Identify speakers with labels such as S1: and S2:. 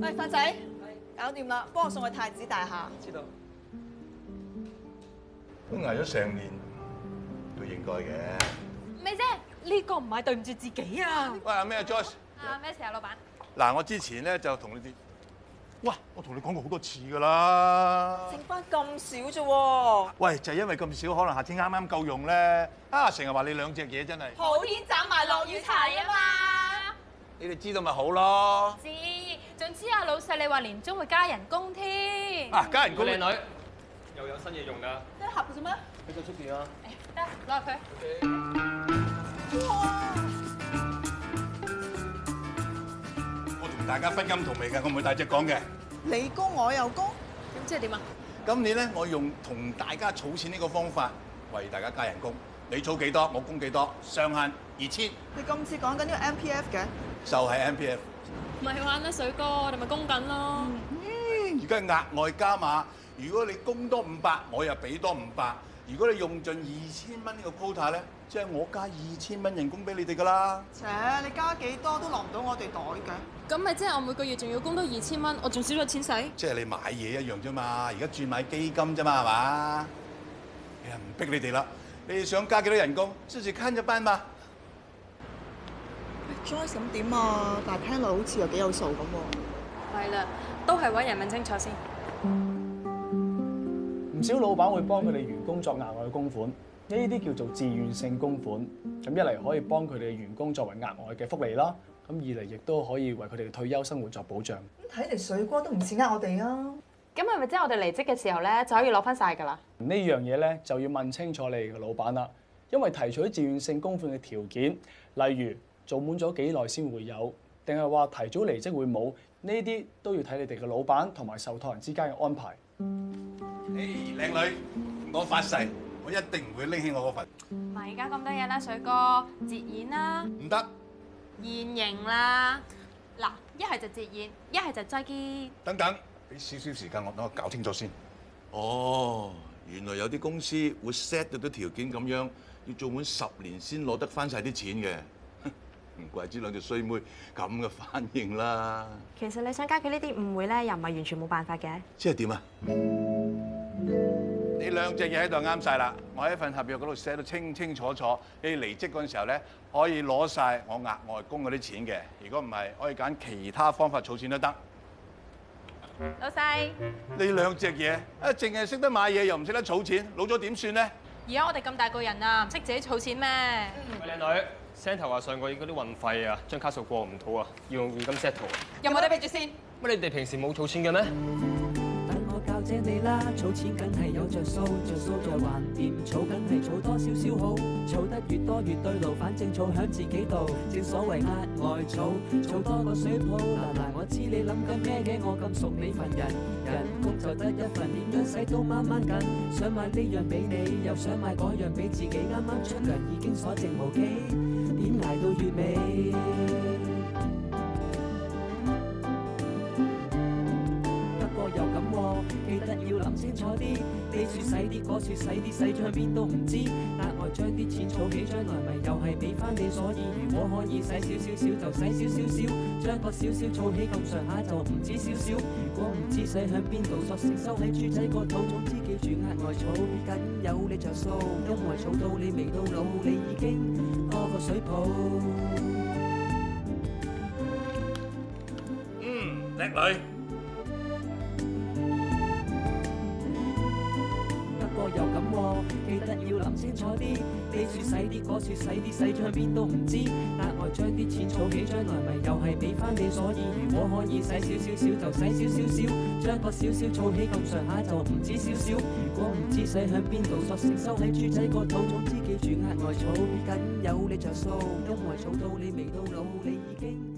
S1: 喂，發仔，搞掂啦，幫我送去太子大廈。
S2: 知道。
S3: 都捱咗成年，都應該嘅。
S4: 咪啫，呢個唔係對唔住自己啊！
S3: 喂，阿咩啊 Joyce？
S4: 啊，咩事啊，老闆？
S3: 嗱，我之前咧就同你哋，哇，我同你講過好多次㗎啦。
S1: 剩翻咁少啫喎，
S3: 喂，就係因為咁少，可能下次啱啱夠用咧。啊，成日話你兩隻嘢真係，
S1: 好天斬埋落雨柴啊嘛！
S4: 嘛。
S3: 你哋知道咪好咯。
S4: 知，總之啊，老細你話年終會加人工添。
S3: 啊，家人
S2: 個
S3: 工
S2: 靚女又有新嘢用㗎，
S1: 一盒嘅啫咩？
S2: 你就出邊啊？
S4: 得，攞佢。
S3: 我同大家不甘同味嘅，我唔會大隻講嘅。
S1: 你供我又供，
S4: 咁即係點啊？
S3: 今年咧，我用同大家儲錢呢個方法，為大家加人工。你儲幾多，我供幾多，上限二千，
S1: 你今次講緊呢個 M P F 嘅，
S3: 就係 M P F。
S4: 咪玩啦，水哥，我哋咪供緊咯。
S3: 而家額外加碼，如果你供多五百，我又俾多五百。如果你用盡二千蚊呢個 quota 咧，即係我加二千蚊人工俾你哋㗎啦。
S1: 且你加幾多都落唔到我哋袋嘅。
S4: 咁咪即係我每個月仲要供多二千蚊，我仲少咗錢使。
S3: 即係你買嘢一樣啫嘛，而家轉買基金啫嘛，係嘛？哎呀，唔逼你哋啦，你哋想加幾多人工，先至慳一班嘛。
S1: Joyce 咁點啊？但係聽落好似又幾有數咁喎。
S4: 係啦，都係揾人問清楚先。
S5: 唔少老闆會幫佢哋員工作額外供款，呢啲叫做自願性供款。咁一嚟可以幫佢哋員工作為額外嘅福利啦，咁二嚟亦都可以為佢哋嘅退休生活作保障。
S1: 睇嚟水哥都唔似呃我哋啊！
S6: 咁係咪即係我哋離職嘅時候咧，就可以攞翻晒㗎啦？
S5: 呢樣嘢咧就要問清楚你嘅老闆啦，因為提取自願性供款嘅條件，例如做滿咗幾耐先會有，定係話提早離職會冇，呢啲都要睇你哋嘅老闆同埋受託人之間嘅安排。
S3: 誒，靚女，我發誓，我一定唔會拎起我嗰份，
S4: 咪而家咁多嘢啦，水哥，節演啦，
S3: 唔得，
S4: 現形啦。嗱，一係就節演，一係就再見。
S3: 等等，俾少少時間我，等我搞清楚先。哦，原來有啲公司會 set 到啲條件咁樣，要做滿十年先攞得翻晒啲錢嘅， 唔怪之兩條衰妹咁嘅反應啦。
S6: 其實你想解決呢啲誤會咧，又唔係完全冇辦法嘅。
S3: 即係點啊？你兩隻嘢喺度啱晒啦！我喺份合約嗰度寫到清清楚楚，你離職嗰陣時候咧，可以攞晒我額外供嗰啲錢嘅。如果唔係，可以揀其他方法儲錢都得。
S4: 老細，
S3: 你兩隻嘢啊，淨係識得買嘢又唔識得儲錢，老咗點算咧？
S4: 而家我哋咁大個人啊，唔識自己儲錢咩？
S2: 喂，靚女 s e n t 話上個月嗰啲運費啊，張卡數過唔到啊，要用現金 settle 啊。
S4: 有冇得俾住先？
S2: 乜你哋平時冇儲錢嘅咩？
S7: 等我教姐你啦，儲錢梗係有着數，着數着還掂，儲梗係儲多少少好，儲得越多越對路，反正儲響自己度，正所謂額外儲，儲多個水泡。嗱嗱，我知你諗緊咩嘅，我咁熟你份人，人工就得一份，點樣使都掹掹緊，想買呢樣俾你，又想買嗰樣俾自己，啱啱出糧已經所剩無幾，點捱到月尾？不過又咁喎、記得要諗清楚啲，呢處使啲，嗰處使啲，使咗去邊都唔知。額外將啲錢儲起，將來咪又係俾翻你。所以如果可以使少少少就使少少少，將個少少儲起咁上下就唔止少少。如果唔知使向邊度，索性收喺豬仔個肚。總之記住額外儲，緊有你着數，因為儲到你未到老，你已經多個水泡。
S3: 嗯，靚女，
S7: 不過又咁喎、記得要諗清楚啲，呢處使啲，嗰處使啲，使咗去邊都唔知。額外將啲錢儲起，將來咪又係俾翻你。所以如果可以使少少少就使少少少，將個少少儲起咁上下就唔止少少。如果唔知使向邊度，索性收喺豬仔個肚。總之記住額外儲，緊有你着數，因為儲到你未到老，你已經。